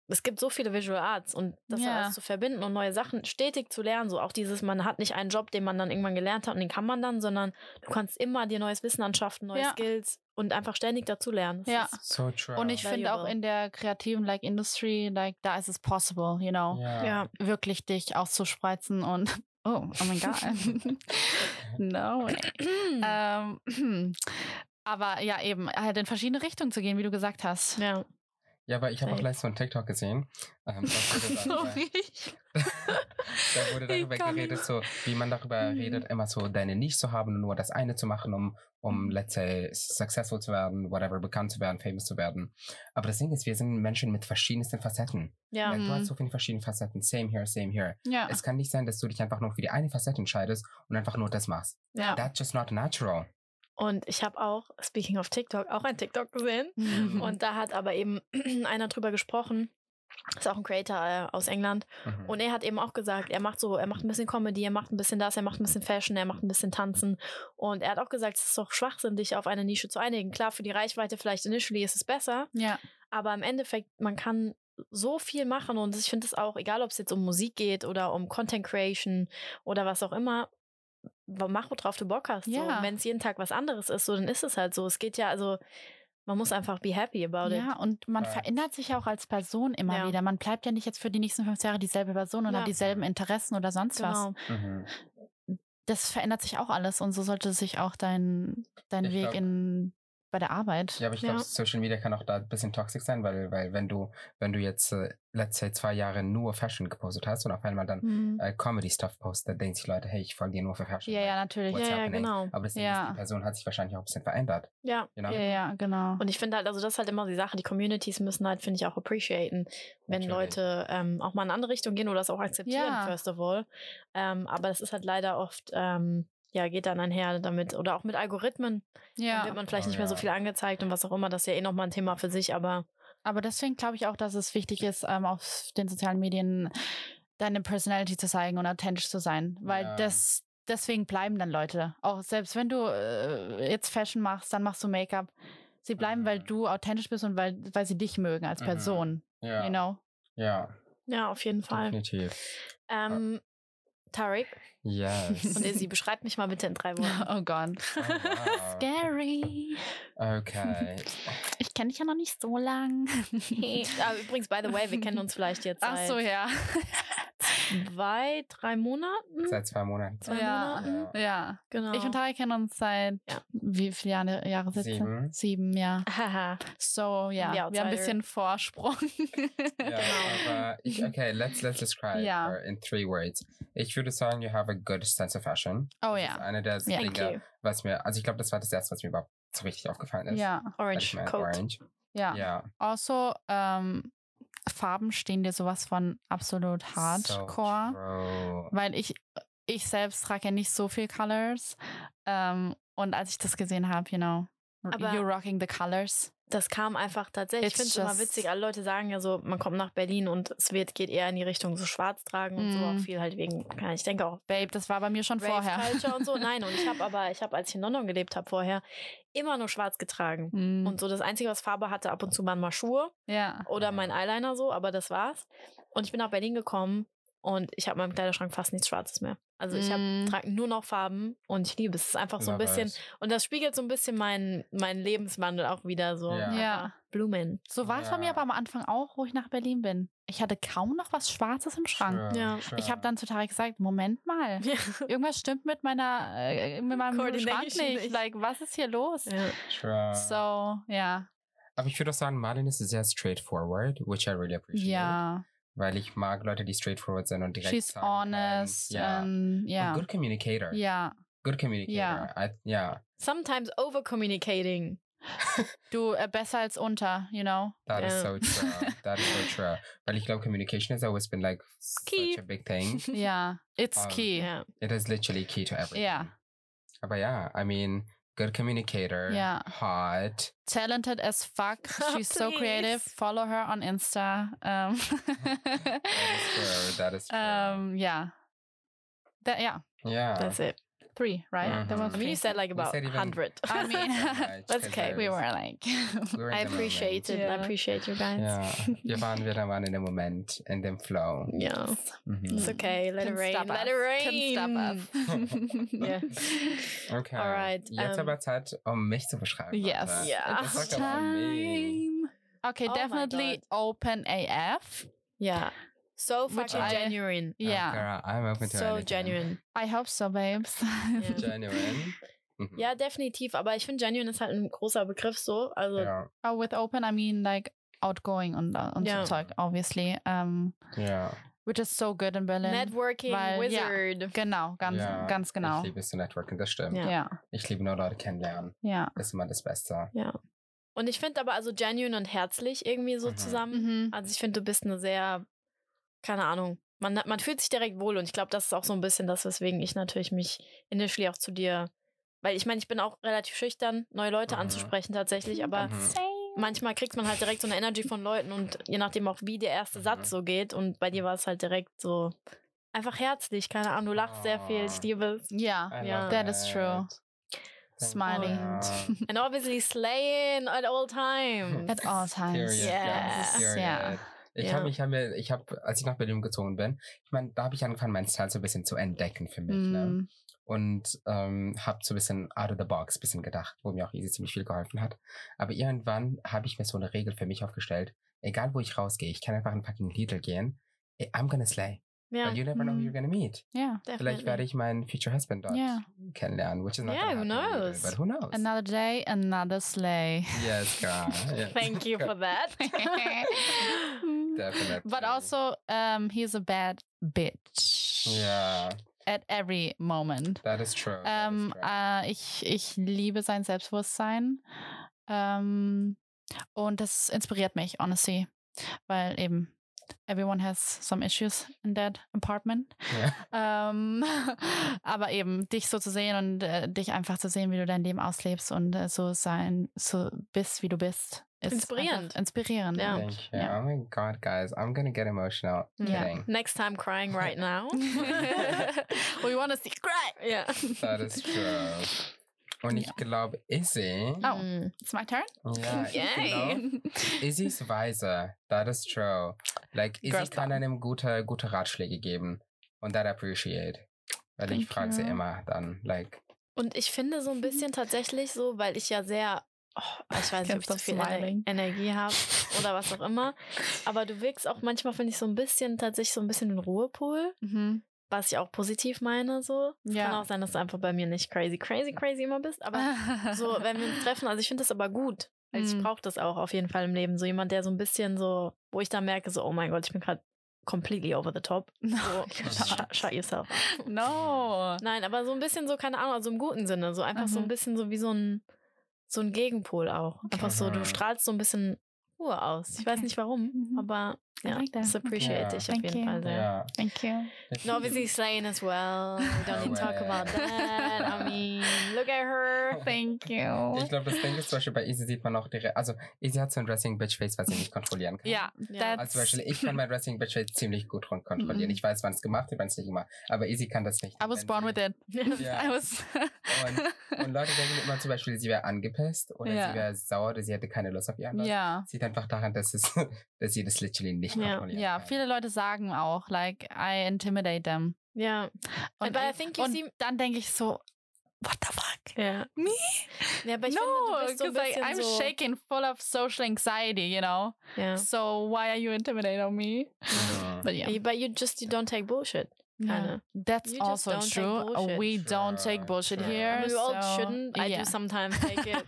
S1: es gibt so viele Visual Arts und das
S3: Ja.
S1: alles zu verbinden und neue Sachen stetig zu lernen, so auch dieses, man hat nicht einen Job, den man dann irgendwann gelernt hat und den kann man dann, sondern du kannst immer dir neues Wissen anschaffen, neue
S3: Ja.
S1: Skills und einfach ständig dazu lernen. Das
S3: Ja.
S1: Ist,
S2: So true.
S3: Und ich finde auch
S1: Valuable.
S3: in der kreativen like Industry, like da ist es possible, you know,
S2: Ja.
S1: ja.
S3: wirklich dich auszuspreizen und (laughs) oh, oh mein
S2: (laughs)
S3: Gott. no way. ähm, (clears throat) aber ja, eben halt in verschiedene Richtungen zu gehen, wie du gesagt hast.
S1: ja.
S2: Ja, aber ich habe auch
S1: Safe.
S2: letztens so einen TikTok gesehen. Ähm, da
S3: (laughs)
S2: wurde darüber- Da
S3: Sorry.
S2: wurde
S3: Ich
S2: darüber
S3: kann
S2: geredet,
S3: nicht.
S2: so wie man darüber
S3: Mhm.
S2: redet, immer so deine Niche zu haben und nur das eine zu machen, um,
S3: Mhm.
S2: um, let's say, successful zu werden, whatever, bekannt zu werden, famous zu werden. Aber das Ding ist, wir sind Menschen mit verschiedensten Facetten.
S1: Ja.
S2: Like,
S3: Mhm.
S2: du hast so viele verschiedene Facetten. Same here, same here.
S3: Ja.
S2: Es kann nicht sein, dass du dich einfach nur für die eine Facette entscheidest und einfach nur das machst.
S3: ja.
S2: That's just not natural.
S1: Und ich habe auch, speaking of TikTok, auch ein TikTok gesehen.
S3: Mhm.
S1: Und da hat aber eben (clears throat) einer drüber gesprochen. Ist auch ein Creator äh, aus England.
S2: Mhm.
S1: Und er hat eben auch gesagt, er macht so, er macht ein bisschen Comedy, er macht ein bisschen das, er macht ein bisschen Fashion, er macht ein bisschen Tanzen. Und er hat auch gesagt, es ist doch Schwachsinn, dich auf eine Nische zu einigen. Klar, für die Reichweite vielleicht initially ist es besser,
S3: ja.
S1: aber im Endeffekt, man kann so viel machen und ich finde es auch, egal ob es jetzt um Musik geht oder um Content Creation oder was auch immer, wa- mach, worauf du Bock hast. So.
S3: Ja.
S1: Wenn es jeden Tag was anderes ist, so, dann ist es halt so. Es geht ja, also, man muss einfach be happy about it.
S3: Ja, und man
S2: Facts.
S3: verändert sich ja auch als Person immer
S1: Ja.
S3: wieder. Man bleibt ja nicht jetzt für die nächsten 15 Jahre dieselbe Person und
S1: Ja.
S3: hat dieselben Interessen oder sonst was.
S1: Genau.
S2: Mhm.
S3: Das verändert sich auch alles und so sollte sich auch dein, dein
S2: Ich
S3: Weg
S2: glaub-
S3: in, bei der Arbeit.
S2: Ja, aber ich glaube,
S1: Ja.
S2: Social Media kann auch da ein bisschen toxisch sein, weil, weil wenn du, wenn du jetzt, äh, let's say, zwei Jahre nur Fashion gepostet hast und auf einmal dann
S3: Mhm.
S2: äh, Comedy-Stuff postet, dann denken sich Leute, hey, ich folge dir nur für Fashion.
S3: ja, ja,
S2: Like,
S3: natürlich.
S1: Ja,
S2: what's
S1: ja,
S2: happening?
S1: genau.
S2: Aber das Ding
S3: Ja.
S2: ist, die Person hat sich wahrscheinlich auch ein bisschen verändert.
S1: Ja.
S2: You know?
S3: Ja, ja, genau.
S1: Und ich finde halt, also das ist halt immer die Sache, die Communities müssen halt, finde ich, auch appreciaten, wenn
S2: Natürlich.
S1: Leute ähm, auch mal in eine andere Richtung gehen oder das auch akzeptieren,
S3: Ja.
S1: first of all. Ähm, aber das ist halt leider oft, ähm, ja, geht dann einher damit oder auch mit Algorithmen. Dann wird
S3: ja,
S1: man vielleicht
S2: Oh,
S1: nicht mehr so
S2: ja.
S1: viel angezeigt und was auch immer. Das ist ja eh nochmal ein Thema für sich, aber
S3: aber deswegen glaube ich auch, dass es wichtig ist, ähm, auf den sozialen Medien deine Personality zu zeigen und authentisch zu sein, weil
S2: Ja.
S3: das deswegen bleiben dann Leute. Auch selbst wenn du äh, jetzt Fashion machst, dann machst du Make-up. Sie bleiben, weil
S2: Mhm.
S3: du authentisch bist und weil, weil sie dich mögen als
S2: Mhm.
S3: Person.
S2: Ja,
S3: You know?
S2: ja
S1: ja, auf jeden Fall.
S2: definitiv.
S1: Ähm, Tarek
S3: (laughs)
S2: Yes.
S1: (laughs) und Izzy, beschreibt mich mal bitte in drei Worten.
S3: Oh Gott.
S2: Oh, wow.
S3: Scary. (laughs)
S2: Okay.
S3: Ich kenne dich ja noch nicht so lang.
S1: ah, übrigens, by the way, wir kennen uns vielleicht jetzt
S3: Ach
S1: seit
S3: so, ja.
S1: zwei, drei Monaten.
S2: Seit zwei Monaten.
S1: Zwei
S3: Ja.
S1: Monaten.
S3: Ja.
S1: Genau.
S3: Ich und Tarek kennen uns seit
S1: Ja.
S3: wie viele Jahre, Jahre sitzen?
S2: Sieben.
S3: Sieben, ja.
S1: Haha.
S3: So, ja.
S1: Wir
S3: Wir haben ein
S1: Outsider. (laughs)
S3: bisschen Vorsprung. (laughs)
S2: Ja, aber ich, uh, okay, let's, let's describe
S3: Ja.
S2: her in three words. Ich würde sagen, you have a good sense of fashion.
S3: Oh
S2: Das ist
S3: ja.
S2: eine der
S3: Ja,
S2: Dinge,
S1: Okay.
S2: was mir, also ich glaube, das war das erste, was mir überhaupt so richtig aufgefallen ist.
S3: Ja,
S2: Weil
S1: Orange
S2: ich mein,
S1: Coat.
S2: Orange.
S3: ja.
S2: Ja.
S3: Also, ähm, Farben stehen dir sowas von absolut hardcore.
S2: So true.
S3: weil ich, ich selbst trage ja nicht so viel Colors. Ähm, und als ich das gesehen habe, you know, r-
S1: Aber-
S3: you're rocking the colors.
S1: Das kam einfach tatsächlich. Ich finde
S3: It's
S1: es immer
S3: just-
S1: witzig. Alle Leute sagen ja so, man kommt nach Berlin und es wird, geht eher in die Richtung so schwarz tragen und so
S3: Mm.
S1: auch viel halt wegen, keine Ahnung, ich denke auch
S3: Babe, das war bei mir schon
S1: Rave
S3: vorher.
S1: Culture
S3: (laughs)
S1: und so. Nein, und ich habe aber, ich habe, als ich in London gelebt habe vorher, immer nur schwarz getragen.
S3: Mm,
S1: Und so das Einzige, was Farbe hatte, ab und zu waren mal Schuhe
S3: ja.
S1: oder mein Eyeliner so, aber das war's. Und ich bin nach Berlin gekommen und ich habe in meinem Kleiderschrank fast nichts Schwarzes mehr. Also ich habe
S3: Mm.
S1: trage nur noch Farben und ich liebe es. Es ist einfach so ein
S2: Love
S1: bisschen,
S2: it.
S1: und das spiegelt so ein bisschen meinen meinen Lebenswandel auch wieder so.
S2: Ja.
S3: Ja.
S1: Blumen. (laughs)
S3: So war es bei mir
S2: Ja.
S3: aber am Anfang auch, wo ich nach Berlin bin. Ich hatte kaum noch was Schwarzes im Schrank.
S2: Sure,
S1: Ja.
S2: sure.
S3: Ich habe dann zu Tarek gesagt, Moment
S1: (laughs)
S3: mal, irgendwas stimmt mit meiner äh, mit meinem Schrank
S1: Coordination
S3: nicht.
S1: nicht.
S3: Like, was ist hier los?
S1: Ja.
S2: Sure.
S3: So, ja.
S2: Aber ich würde auch sagen, Marlin ist sehr straightforward, which I really appreciate.
S3: Ja,
S2: Weil ich mag Leute, die straightforward sind und direkt
S3: she's
S2: sagen können,
S3: honest.
S2: Ja.
S3: and-
S2: A
S3: ja.
S2: Good communicator.
S3: Ja,
S2: Good communicator.
S3: Ja.
S2: I, ja.
S1: Sometimes overcommunicating.
S3: du äh, besser als unter, you know.
S2: That is
S1: Ja.
S2: so true. That is
S1: (laughs)
S2: so true. Weil ich glaube, communication has always been like
S1: Key.
S2: such a big
S1: (laughs)
S2: thing.
S3: Yeah, it's
S2: Um,
S3: key. Yeah.
S1: Ja.
S2: It is literally key to everything. Uh, But yeah, I mean, good communicator.
S3: Yeah.
S2: Hot.
S3: talented as fuck. She's so creative.
S1: Please.
S3: Follow her on Insta. Um, (laughs)
S2: That is true. That is true.
S3: um yeah. That yeah,
S2: yeah. (laughs)
S1: That's it.
S3: three, right? There
S1: I
S2: Mhm.
S3: was
S1: mean,
S3: three.
S1: you said like about
S2: said even-
S1: 100. (laughs)
S3: I mean,
S2: much,
S1: That's
S2: 'cause
S1: okay.
S2: I
S3: we
S2: was-
S3: were like (laughs)
S2: we were in
S1: I
S2: the moment.
S1: appreciate it. I
S3: Yeah.
S1: appreciate you guys. (laughs)
S2: Ja, wir waren wieder mal in dem Moment, in dem Flow.
S1: Yeah.
S2: Mhm.
S1: It's
S3: Mm.
S1: okay. Let it
S3: Couldn't
S1: rain.
S3: stop
S1: Let it
S3: us.
S1: rain.
S3: Couldn't
S1: Yeah. (laughs)
S3: stop us.
S2: Okay.
S1: Alright,
S2: Jetzt
S1: ähm,
S2: aber Zeit, um mich zu
S1: (laughs)
S2: beschreiben.
S3: yes.
S2: Warte.
S1: Yeah.
S2: It's
S3: It's
S2: like about me.
S3: time. Okay,
S1: Oh my
S3: definitely open AF.
S1: Yeah. So
S3: Which
S1: fucking
S3: I-
S1: genuine.
S2: Oh,
S3: Yeah.
S2: girl, I'm open to
S1: So
S2: anything.
S1: genuine.
S3: I hope so, babes.
S1: (laughs)
S2: Genuine. Mhm.
S1: Ja, definitiv. Aber ich finde, genuine ist halt ein großer Begriff so. Also,
S2: Ja.
S3: (laughs) Oh, with open, I mean like outgoing und, und
S1: Yeah.
S3: so Zeug, obviously. Um,
S2: Ja.
S3: which is so good in Berlin.
S1: Networking
S3: weil- ja.
S1: Wizard.
S3: genau, ganz,
S2: ja.
S3: ganz genau.
S2: Ich liebe es zu networken, das stimmt.
S1: Ja.
S3: Ja,
S2: Ich liebe nur Leute kennenlernen.
S3: ja.
S2: Das ist immer das Beste.
S1: Und ich finde aber also genuine und herzlich irgendwie so
S2: Mhm.
S1: zusammen.
S3: Mhm.
S1: Also ich finde, du bist eine sehr, keine Ahnung, man, man fühlt sich direkt wohl und ich glaube, das ist auch so ein bisschen das, weswegen ich natürlich mich initially auch zu dir, weil ich meine, ich bin auch relativ schüchtern, neue Leute
S2: Mhm.
S1: anzusprechen tatsächlich, aber
S2: Mhm.
S1: manchmal kriegt man halt direkt so eine Energy von Leuten und je nachdem auch, wie der erste
S2: Mhm.
S1: Satz so geht und bei dir war es halt direkt so einfach herzlich, keine Ahnung, du lachst sehr viel, ich
S2: Oh.
S1: liebe es.
S3: Ja,
S2: I
S1: Ja.
S2: love
S3: That is true.
S2: it. Thank
S3: smiling. (laughs)
S2: you.
S1: And obviously slaying at all times.
S3: At all times.
S2: Period, yeah,
S1: Yes.
S2: period.
S3: Yeah.
S2: Ich
S1: Ja.
S2: habe, ich habe mir, ich habe, als ich nach Berlin gezogen bin, ich meine, da habe ich angefangen, meinen Style so ein bisschen zu entdecken für mich, ne?
S3: Mm.
S2: Und ähm, habe so ein bisschen out of the box ein bisschen gedacht, wo mir auch Easy ziemlich viel geholfen hat. Aber irgendwann habe ich mir so eine Regel für mich aufgestellt. Egal, wo ich rausgehe, ich kann einfach in fucking Lidl gehen. eh, I'm gonna slay.
S1: Ja,
S2: And you never know who
S3: Mhm.
S2: you're gonna meet.
S3: Yeah.
S2: (laughs) Vielleicht werde
S1: definitely.
S2: ich meinen future husband dort
S3: Yeah.
S2: kennenlernen, which is not
S1: Yeah,
S2: gonna
S1: who
S2: happen in Lidl,
S1: knows?
S2: but who knows?
S3: Another day, another sleigh.
S2: yes, girl.
S1: (laughs)
S2: Yes.
S1: Thank
S2: (laughs)
S1: you for that. (laughs)
S2: Definitely.
S3: (laughs) But also, um, he's a bad bitch.
S2: Yeah,
S3: At every moment.
S2: that is true. that is
S1: Um,
S3: Ähm,
S2: true.
S3: äh, ich, ich liebe sein Selbstbewusstsein. Ähm, und das inspiriert mich, honestly. Weil eben, everyone has some issues in that apartment.
S2: Ja.
S3: (laughs) Ähm, aber eben, dich so zu sehen und äh, dich einfach zu sehen, wie du dein Leben auslebst und äh, so sein, so bist, wie du bist. Ist
S1: Inspirierend.
S3: einfach Inspirierend.
S1: Ja.
S2: Thank you.
S3: Yeah.
S2: Oh my god, guys, I'm gonna get emotional.
S1: Yeah.
S2: Kidding.
S1: Next time crying right now.
S3: (laughs) We want to see cry.
S1: yeah. (laughs)
S2: That is true. Und ich
S3: Ja.
S2: glaube, Izzy.
S3: Oh.
S1: Mm.
S3: It's my turn.
S2: Ja, ich glaube, Izzy ist weise. That is true. Like, Izzy
S3: Girls
S2: kann einem gute, gute Ratschläge geben. Und that I appreciate. Weil ich
S3: Thank
S2: frage sie
S3: you.
S2: immer dann, like,
S1: (laughs) Und ich finde so ein bisschen tatsächlich so, weil ich ja sehr, oh, ich weiß nicht, ob ich
S3: Kennst du
S1: zu viel
S3: das
S1: Ener
S3: Smiling?
S1: Energie habe oder was auch immer, aber du wirkst auch manchmal, finde ich, so ein bisschen tatsächlich so ein bisschen den Ruhepol, (laughs)
S3: Mhm.
S1: was ich auch positiv meine so. Es
S3: Ja.
S1: Kann auch sein, dass du einfach bei mir nicht crazy, crazy, crazy immer bist, aber so, wenn wir uns treffen, also ich finde das aber gut. Weil ich
S3: Mm.
S1: brauche das auch auf jeden Fall im Leben. So jemand, der so ein bisschen so, wo ich dann merke, so, oh mein Gott, ich bin gerade completely over the
S3: (laughs)
S1: top.
S3: Oh
S1: So, shut, shut yourself.
S3: No.
S1: Nein, aber so ein bisschen so, keine Ahnung, also im guten Sinne. So einfach so ein
S3: Mhm.
S1: bisschen so wie so ein, so ein Gegenpol auch. Einfach so,
S2: Mhm.
S1: du strahlst so ein bisschen Ruhe aus. Ich weiß
S3: Ah. Okay.
S1: nicht warum,
S3: Mhm.
S1: aber
S3: I
S1: ja,
S3: like that.
S1: das appreciate
S2: Okay.
S1: ich auf
S3: Thank
S1: jeden
S3: you.
S1: Fall sehr.
S2: ja.
S3: Thank you.
S1: No, obviously Slain as well. We don't need to talk about that. I mean, look at her.
S3: Thank you.
S2: Ich glaube, das Ding ist, zum Beispiel bei Izzy sieht man auch direkt, also Izzy hat so ein Dressing Bitch Face, was sie nicht kontrollieren kann.
S3: Ja,
S1: Ja.
S2: Also
S3: that's...
S2: zum Beispiel,
S3: (laughs)
S2: ich kann mein Dressing Bitch Face ziemlich gut kon- kontrollieren.
S3: Mhm.
S2: Ich weiß, wann es gemacht wird, wann es nicht gemacht Aber Izzy kann das nicht.
S3: I was
S2: Wenn
S3: born
S2: sie-
S3: with
S1: (laughs)
S3: it.
S2: Ja.
S3: (laughs) I
S2: (laughs)
S3: was...
S2: Und
S3: (laughs)
S2: Leute denken immer zum Beispiel, sie wäre angepisst oder
S3: Ja.
S2: sie wäre sauer oder sie hätte keine Lust auf ihr anderes.
S3: ja.
S2: Sieht einfach daran, dass, es, (laughs) dass sie das literally nicht
S1: Ja.
S2: kontrollieren
S3: Ja,
S2: kann.
S3: viele Leute sagen auch, like, I intimidate them.
S2: (laughs)
S1: ja.
S3: Und,
S1: But I
S3: ich-
S1: think you
S3: und
S1: seem-
S3: dann denke ich so, what the fuck?
S1: Ja.
S3: Me?
S1: Ja, aber ich
S3: no,
S1: finde, du bist so ein
S3: 'cause, like,
S1: bisschen
S3: I'm
S1: so...
S3: shaking full of social anxiety, you know?
S1: Ja.
S3: So why are you intimidating me?
S2: Mhm.
S3: But yeah.
S1: But you just, you don't take bullshit. Keine.
S3: That's
S1: You just
S3: also
S1: don't take
S3: true. Uh,
S1: bullshit.
S3: We don't take
S2: Sure,
S3: bullshit
S2: sure.
S3: here.
S1: we all
S3: so,
S1: shouldn't. I
S3: yeah.
S1: do sometimes take
S3: (laughs)
S1: it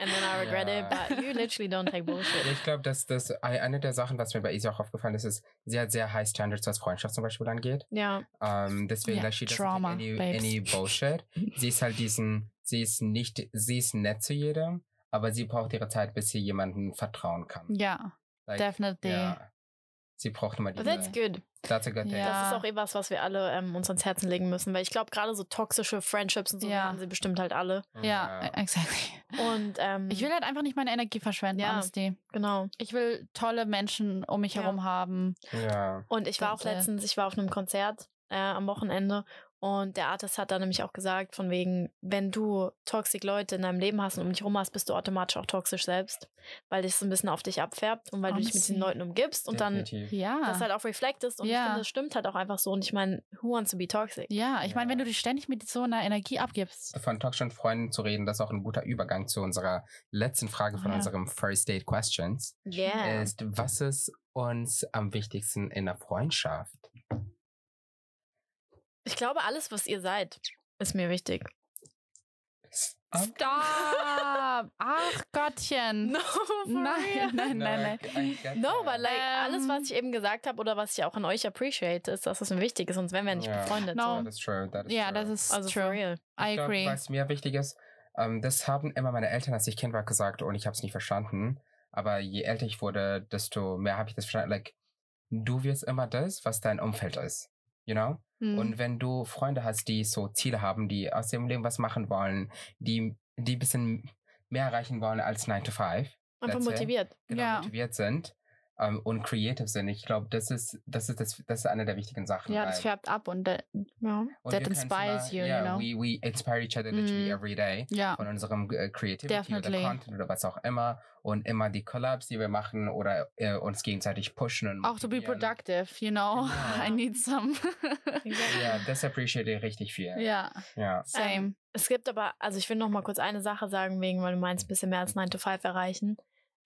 S1: and then I regret it,
S2: Yeah.
S1: but you literally don't take bullshit.
S2: Ich glaube, dass das eine der Sachen, was mir bei Izzy auch aufgefallen ist, ist, sie hat sehr High Standards, was Freundschaft zum Beispiel angeht.
S1: Ja.
S2: Ähm, deswegen,
S3: Ja,
S2: like, she doesn't
S3: Trauma,
S2: take any,
S3: babes.
S2: any bullshit. Sie ist halt diesen, sie ist nicht, sie ist nett zu jedem, aber sie braucht ihre Zeit, bis sie jemandem vertrauen kann.
S3: Yeah,
S2: Like,
S3: definitely.
S2: ja. Sie braucht immer diese.
S1: But that's good.
S2: That's a good thing.
S3: Ja.
S1: Das ist auch etwas, was wir alle ähm, uns ans Herzen legen müssen, weil ich glaube, gerade so toxische Friendships und so
S3: Ja.
S1: haben sie bestimmt halt alle.
S3: Ja, e- exactly. (laughs)
S1: Und ähm,
S3: Ich will halt einfach nicht meine Energie verschwenden,
S1: Ja.
S3: honestly.
S1: genau.
S3: Ich will tolle Menschen um mich
S1: Ja.
S3: herum haben.
S2: Ja.
S1: Und ich war auch
S3: Danke.
S1: letztens, ich war auf einem Konzert äh, am Wochenende und der Artist hat da nämlich auch gesagt, von wegen, wenn du toxic Leute in deinem Leben hast und um dich rum hast, bist du automatisch auch toxisch selbst, weil dich so ein bisschen auf dich abfärbt und weil du dich mit
S3: Honestly.
S1: den Leuten umgibst und dann
S2: Definitiv.
S3: Oh, Ja.
S1: das halt auch reflectest und ich
S3: Ja.
S1: finde, das stimmt halt auch einfach so und ich meine, who wants to be toxic?
S3: ja, ich meine, wenn
S2: Ja.
S3: du dich ständig mit so einer Energie abgibst.
S2: Von toxischen Freunden zu reden, das ist auch ein guter Übergang zu unserer letzten Frage von
S3: Ja.
S2: unserem First Date Questions.
S1: Yeah.
S2: ist, was ist uns am wichtigsten in der Freundschaft?
S3: (laughs)
S1: Ich glaube, alles, was ihr seid, ist mir wichtig. (laughs)
S3: Stop! Ach Gottchen.
S1: No, for
S3: Nein,
S1: real.
S3: nein, nein, nein.
S1: No, but like
S3: Ähm,
S1: alles, was ich eben gesagt habe oder was ich auch an euch appreciate, ist, dass es mir wichtig ist, sonst wären wir nicht
S2: Ja.
S1: befreundet.
S3: No.
S2: That is true, that is
S3: Ja,
S2: true.
S3: das ist
S1: So. Also for
S3: true.
S1: real.
S3: I
S2: Ich glaub,
S3: agree.
S2: Was mir wichtig ist, ähm, das haben immer meine Eltern, als ich Kind war, gesagt und ich habe es nicht verstanden. Aber je älter ich wurde, desto mehr habe ich das verstanden. Like, du wirst immer das, was dein Umfeld ist. You know?
S3: Hm.
S2: Und wenn du Freunde hast, die so Ziele haben, die aus dem Leben was machen wollen, die, die ein bisschen mehr erreichen wollen als 9 to 5,
S1: Einfach
S2: That's it.
S1: motiviert.
S2: genau
S3: Ja.
S2: motiviert sind ähm, und creative sind. Ich glaube, das ist, das ist, das, das ist eine der wichtigen Sachen.
S3: ja, das
S2: weil-
S3: färbt ab und
S1: äh,
S3: da-
S1: Ja.
S2: und
S3: that
S2: wir können sogar-
S3: inspires you, you
S2: yeah,
S3: know? Mhm.
S2: We, we inspire each other literally
S1: Mm.
S2: every day.
S3: ja.
S2: Von unserem äh, Creativity
S3: Definitely.
S2: oder Content oder was auch immer. Und immer die Collabs, die wir machen oder äh, uns gegenseitig pushen. Und
S3: Auch to be
S2: motivieren.
S3: productive, you know.
S2: Genau.
S3: (laughs) I need some.
S1: Exactly.
S2: Ja, das appreciate ich richtig viel.
S3: ja,
S2: Ja.
S3: same.
S1: ähm, Es gibt aber, also ich will noch mal kurz eine Sache sagen, wegen, weil du meinst, ein bisschen mehr als 9 to 5 erreichen.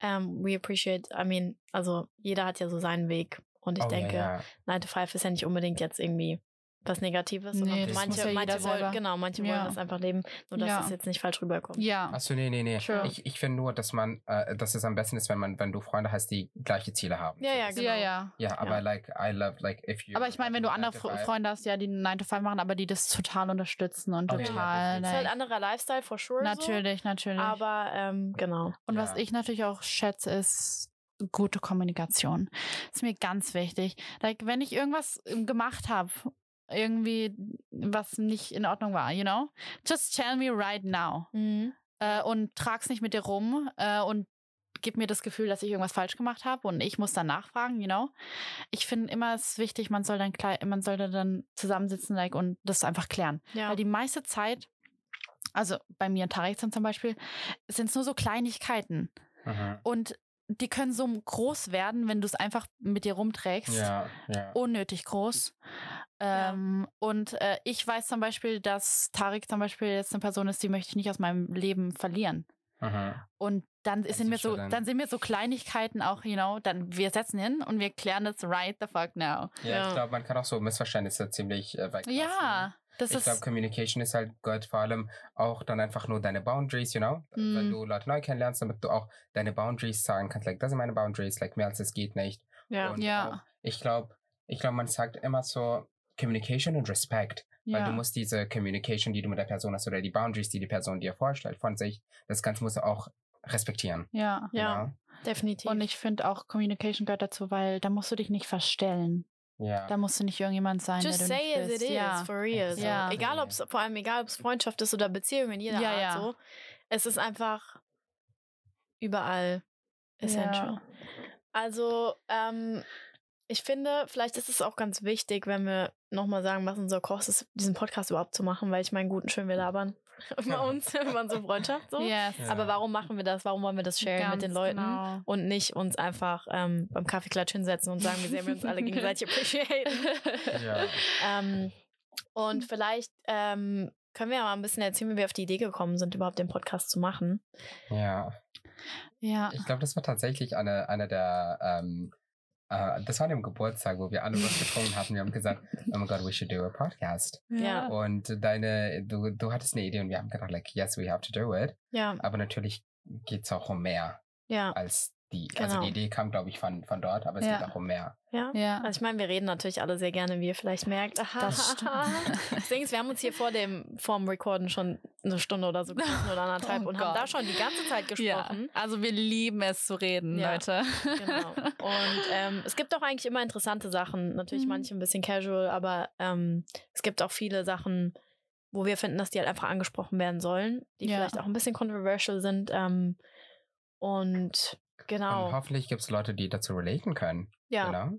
S1: Ähm, we appreciate, I mean, also jeder hat ja so seinen Weg. Und ich
S2: Oh, ja,
S1: denke,
S2: ja.
S1: 9 to 5 ist ja nicht unbedingt jetzt irgendwie was Negatives, sondern
S3: Nee,
S2: das muss
S1: manche,
S2: ja
S3: jeder
S1: manche wollen,
S3: selber.
S1: genau, manche
S3: Ja.
S1: wollen das einfach leben, nur dass
S3: Ja.
S1: das jetzt nicht falsch rüberkommt.
S3: Ja.
S2: Achso, nee, nee, nee.
S3: True.
S2: Ich, ich finde nur, dass man, äh, dass es am besten ist, wenn man, wenn du Freunde hast, die gleiche Ziele haben.
S1: Ja, ja,
S2: So.
S1: genau.
S3: Ja, ja.
S2: Ja, aber
S1: Ja.
S2: like, I love, like, if you.
S3: Aber ich meine, wenn du
S2: nine
S3: andere
S2: to
S3: Fre
S2: five-
S3: Freunde hast, ja, die einen 9 to 5 machen, aber die das total unterstützen und
S2: Oh, ja, ja,
S3: total.
S2: definitiv.
S1: Ist halt
S3: like,
S1: anderer Lifestyle, for sure.
S3: natürlich,
S1: So.
S3: natürlich.
S1: Aber ähm, genau.
S3: und was
S2: Ja.
S3: ich natürlich auch schätze, ist gute Kommunikation. Ist mir ganz wichtig. Like, wenn ich irgendwas ähm, gemacht habe, irgendwie was nicht in Ordnung war, you know? Just tell me right now.
S2: Mhm.
S3: äh, und trag's nicht mit dir rum äh, und gib mir das Gefühl, dass ich irgendwas falsch gemacht habe und ich muss dann nachfragen, you know. Ich finde immer es ist wichtig, man soll dann klei- man sollte dann zusammensitzen like, und das einfach klären,
S1: Ja.
S3: weil die meiste Zeit also bei mir und Tarek sind zum Beispiel, sind es nur so Kleinigkeiten.
S2: Mhm.
S3: Und die können so groß werden, wenn du es einfach mit dir rumträgst
S2: Ja, ja.
S3: unnötig groß.
S1: Ja.
S3: Ähm, Und äh, ich weiß zum Beispiel, dass Tarik zum Beispiel jetzt eine Person ist, die möchte ich nicht aus meinem Leben verlieren.
S2: Mhm.
S3: Und dann
S2: Kannst
S3: sind
S2: du
S3: mir so,
S2: schon dann-
S3: dann sind mir so Kleinigkeiten auch, you know, dann wir setzen hin und wir klären das right the fuck now.
S2: Ja, ich
S1: Ja.
S2: glaube, man kann auch so Missverständnisse ziemlich äh, weglassen.
S3: Ja, das
S2: Ich
S3: ist
S2: glaube, Communication ist halt gut, vor allem auch dann einfach nur deine Boundaries, you know? Wenn
S3: Mm.
S2: du Leute neu kennenlernst, damit du auch deine Boundaries sagen kannst, like, das sind meine Boundaries, like, mehr als es geht nicht.
S1: Ja.
S2: Und
S3: Ja.
S2: auch, ich glaube, ich glaube, man sagt immer so Communication und Respect, weil du
S3: ja,
S2: musst diese Communication, die du mit der Person hast, oder die Boundaries, die die Person dir vorstellt, von sich, das Ganze musst du auch respektieren.
S3: ja.
S1: ja,
S2: you
S1: definitiv.
S3: Und ich finde auch Communication gehört dazu, weil da musst du dich nicht verstellen.
S2: know? Ja.
S3: Da musst du nicht irgendjemand sein,
S1: Just
S3: der du
S1: say
S3: nicht
S1: as
S3: bist.
S1: it is,
S3: ja.
S1: for real. So.
S3: Ja.
S1: Egal ob's, vor allem egal ob es Freundschaft ist oder Beziehung in jeder
S3: Ja,
S1: Art
S3: ja.
S1: so. Es ist einfach überall essential.
S3: Ja.
S1: Also, ähm, ich finde, vielleicht ist es auch ganz wichtig, wenn wir nochmal sagen, was unser Kurs ist, diesen Podcast überhaupt zu machen, weil ich meine, guten, schön, wir labern (laughs) über uns, über unsere Freundschaft so.
S3: Yes.
S2: Ja.
S1: Aber warum machen wir das? Warum wollen wir das sharen
S3: Ganz
S1: mit den Leuten?
S3: genau.
S1: Und nicht uns einfach ähm, beim Kaffeeklatsch hinsetzen und sagen, wie sehr wir uns
S3: (laughs)
S1: alle gegenseitig appreciaten.
S3: genau.
S2: ja.
S1: Ähm,
S3: Mhm.
S1: und vielleicht ähm, können wir ja mal ein bisschen erzählen, wie wir auf die Idee gekommen sind, überhaupt den Podcast zu machen.
S2: ja.
S3: ja.
S1: Ah.
S2: Ich glaube, das war tatsächlich eine, eine der ähm, äh, das war an dem Geburtstag, wo wir alle was getrunken hatten. Wir haben gesagt, oh my god, we should do a podcast.
S1: Ja.
S2: Und deine, du, du hattest eine Idee und wir haben gedacht, like, yes, we have to do it.
S1: Ja,
S2: Aber natürlich geht es auch um mehr
S1: ja,
S2: als die, also
S1: Genau.
S2: die Idee kam, glaube ich, von, von dort, aber es
S3: Ja.
S2: geht auch um mehr.
S1: ja.
S3: Ja.
S1: Also ich meine, wir reden natürlich alle sehr gerne, wie ihr vielleicht merkt.
S3: Das stimmt.
S1: (laughs) Das Ding ist, wir haben uns hier vor dem vorm Recorden schon eine Stunde oder so getroffen
S3: (laughs)
S1: oder anderthalb
S3: Oh
S1: und
S3: Gott.
S1: haben da schon die ganze Zeit gesprochen.
S3: (laughs) Ja, also wir lieben es zu reden,
S1: Ja.
S3: Leute. (laughs)
S1: Genau. Und ähm, es gibt auch eigentlich immer interessante Sachen. Natürlich
S3: Mhm.
S1: manche ein bisschen casual, aber ähm, es gibt auch viele Sachen, wo wir finden, dass die halt einfach angesprochen werden sollen, die
S3: Ja.
S1: vielleicht auch ein bisschen controversial sind. Ähm, und
S2: Und
S1: genau,
S2: hoffentlich gibt es Leute, die dazu relaten können.
S1: ja,
S2: Genau?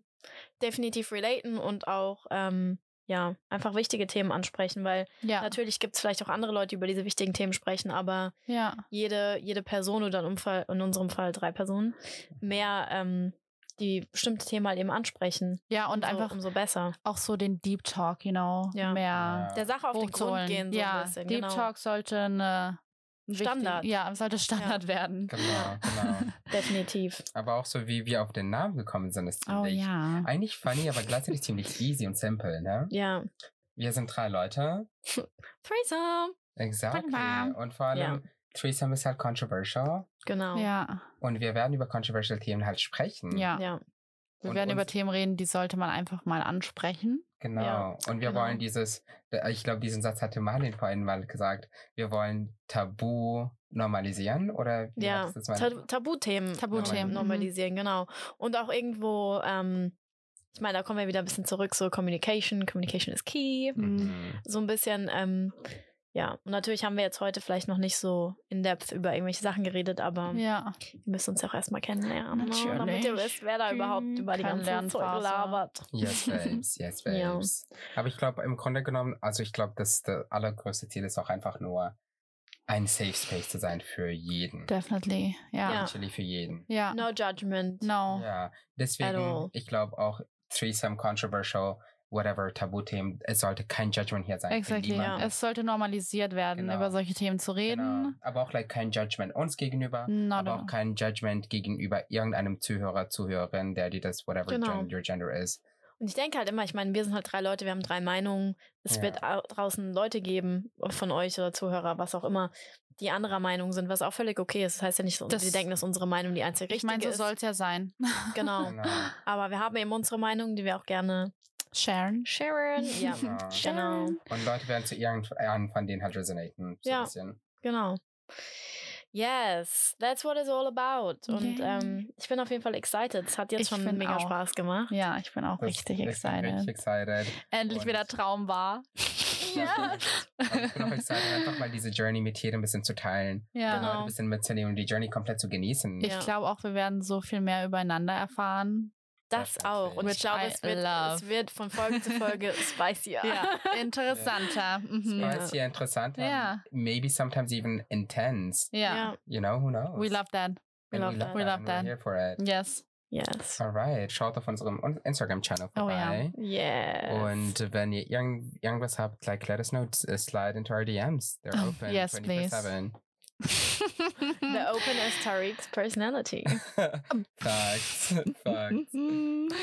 S1: definitiv relaten und auch ähm, ja, einfach wichtige Themen ansprechen, weil
S3: Ja,
S1: natürlich gibt es vielleicht auch andere Leute, die über diese wichtigen Themen sprechen, aber
S3: ja.
S1: jede, jede Person oder in, Umfall, in unserem Fall drei Personen mehr ähm, die bestimmte Themen halt eben ansprechen.
S3: Ja, und
S1: umso,
S3: einfach
S1: umso besser.
S3: auch so den Deep Talk, you know,
S1: Ja.
S3: mehr
S1: Der Sache auf den Grund
S3: hochzuholen.
S1: gehen so
S3: ja,
S1: ein bisschen.
S3: Deep
S1: genau.
S3: Talk sollte eine wichtig-
S1: Standard.
S3: ja, sollte Standard werden.
S1: (laughs)
S2: Genau, genau.
S1: Definitiv.
S2: Aber auch so, wie wir auf den Namen gekommen sind, ist
S3: Oh
S2: ziemlich-
S3: ja.
S2: Eigentlich funny, aber gleichzeitig ziemlich easy und simple, ne?
S1: Ja.
S2: Wir sind drei Leute.
S1: Threesome.
S2: Exactly.
S3: Bam,
S2: Und vor allem, Threesome ist halt controversial.
S1: Genau.
S3: Ja,
S2: Und wir werden über controversial Themen halt sprechen.
S3: ja.
S1: Ja.
S3: Wir
S2: Und
S3: werden über
S2: uns-
S3: Themen reden, die sollte man einfach mal ansprechen.
S2: Genau.
S1: Ja,
S2: und wir
S1: genau.
S2: wollen dieses, ich glaube, diesen Satz hatte Marlin vorhin mal gesagt, wir wollen Tabu normalisieren oder wie
S1: ja.
S2: hattest du das mal?
S1: Ta- Tabuthemen.
S3: Tabuthemen,
S1: norm-
S3: mhm.
S1: Normalisieren, genau. Und auch irgendwo, ähm, ich meine, da kommen wir wieder ein bisschen zurück, so Communication. Communication is key.
S2: Mhm.
S1: so ein bisschen, ähm, ja, und natürlich haben wir jetzt heute vielleicht noch nicht so in-depth über irgendwelche Sachen geredet, aber
S3: Ja.
S1: ihr müsst uns ja auch erstmal kennenlernen, ne? damit ihr
S3: Natürlich.
S1: wisst, wer da überhaupt über die ganze Zeit
S3: Kennenlernphase.
S1: labert. (laughs)
S2: Yes, babes, yes,
S1: Ja.
S2: babes. Aber ich glaube, im Grunde genommen, also ich glaube, das, das allergrößte Ziel ist auch einfach nur, ein Safe Space zu sein für jeden.
S3: Definitely. Ja.
S1: Ja. Genau.
S2: Natürlich für jeden.
S3: Ja.
S1: No judgment.
S3: No.
S2: Ja,
S1: At all.
S2: deswegen, ich glaube auch, Threesome, Controversial, whatever, Tabuthemen, es sollte kein Judgment hier sein. für
S3: Exactly.
S2: niemanden.
S1: Ja.
S3: Es sollte normalisiert werden,
S2: Genau.
S3: über solche Themen zu
S2: Genau.
S3: reden.
S2: Aber auch like, kein Judgment uns gegenüber,
S3: Not
S2: Genau. aber
S3: at
S2: auch
S3: all.
S2: kein Judgment gegenüber irgendeinem Zuhörer, Zuhörerin, der dir das whatever
S1: Genau.
S2: gen- your gender is.
S1: Und ich denke halt immer, ich meine, wir sind halt drei Leute, wir haben drei Meinungen. Es
S2: Ja.
S1: wird au- draußen Leute geben, von euch oder Zuhörer, was auch immer, die anderer Meinung sind, was auch völlig okay ist. Das heißt ja nicht, dass
S3: Das-
S1: sie denken, dass unsere Meinung die einzige
S3: Ich
S1: richtige
S3: meine, so
S1: ist.
S3: soll es ja sein. (laughs)
S1: Genau.
S2: Genau.
S1: Aber wir haben eben unsere Meinung, die wir auch gerne
S3: Sharon.
S1: sharen.
S3: (laughs)
S1: Ja,
S2: Genau.
S1: genau.
S2: Und Leute werden zu irgendeinem von denen halt resonaten. So
S1: Ja.
S2: ein bisschen.
S1: Genau. Yes, that's what it's all about. Und
S3: Yay.
S1: ähm, ich bin auf jeden Fall excited. Es hat jetzt
S3: Ich
S1: schon
S3: bin
S1: mega
S3: auch.
S1: Spaß gemacht.
S3: Ja, ich bin auch
S2: Das-
S3: richtig
S2: ich bin
S3: excited.
S2: Richtig excited.
S3: Endlich
S2: Und-
S3: wieder
S2: (laughs)
S3: Traum war.
S1: Ja.
S2: Aber ich bin auch excited, einfach mal diese Journey mit jedem ein bisschen zu teilen.
S3: Ja.
S2: Die Leute
S1: Genau.
S2: Ein bisschen mitzunehmen und die Journey komplett zu genießen.
S1: Ja.
S3: Ich glaube auch, wir werden so viel mehr übereinander erfahren.
S1: Das auch. Und ich
S2: Which
S1: glaube,
S3: I
S1: es wird, es
S3: love.
S1: wird von Folge zu
S3: (laughs)
S1: Folge spicier.
S3: Interessanter. Mhm.
S1: Ja.
S2: Spicy, interessant.
S3: Ja.
S2: Maybe sometimes even intense.
S3: Ja.
S1: (laughs) Ja.
S2: You know, who knows?
S3: We love that.
S1: We
S2: And
S1: love that.
S2: We
S3: We love
S2: love
S3: that.
S2: We're here for it.
S3: Yes.
S1: Yes.
S2: Alright, schaut auf unserem Un- Instagram-Channel
S3: Oh ja.
S2: vorbei.
S1: Yes.
S2: Und wenn ihr irgend, irgendwas habt, like, let us know, s- uh, slide into our DMs. They're
S3: Oh,
S2: open
S3: yes, please.
S2: 24-7.
S1: (laughs) The open is Tariq's personality,
S2: (laughs)
S3: Um,
S2: Facts,
S3: Mhm.
S2: facts,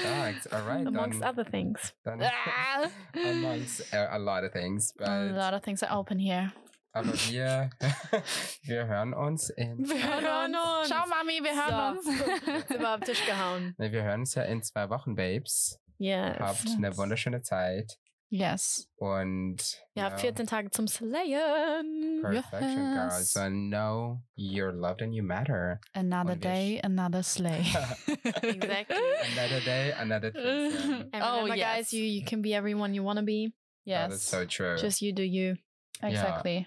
S2: (laughs) facts. Alright,
S3: (laughs)
S1: amongst
S2: dann,
S1: other things.
S2: dann
S3: Ah.
S2: (laughs) amongst uh, a lot of things. But,
S3: A lot of things are open here.
S2: aber wir, (laughs) wir hören uns in...
S3: (laughs)
S1: Wir hören uns.
S3: Ciao, Mami, wir hören
S1: So. Jetzt (laughs) sind
S3: uns.
S1: wir
S3: (laughs)
S1: am Tisch gehauen.
S2: Ne, wir hören uns ja in zwei Wochen, Babes.
S1: Yes.
S2: Habt eine wunderschöne Zeit
S3: yes.
S2: und...
S1: Ihr habt 14 Tage zum Slayen.
S2: Perfection,
S3: Yes.
S2: girls. And know you're loved and you matter.
S3: Another
S2: Und wir sch-
S3: day,
S2: (laughs)
S3: another slay.
S1: Exactly.
S2: Another
S3: (laughs)
S2: day, another threesome.
S1: And
S3: Oh,
S1: remember, guys, you, you can be everyone you want to be.
S2: That is
S3: yes.
S2: so true.
S1: Just you do you.
S3: exactly.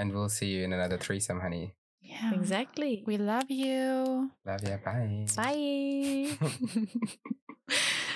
S2: and we'll see you in another threesome,
S1: Ah.
S2: honey.
S3: Yeah.
S1: Exactly.
S3: We love you.
S2: Love ya. Bye.
S1: Bye.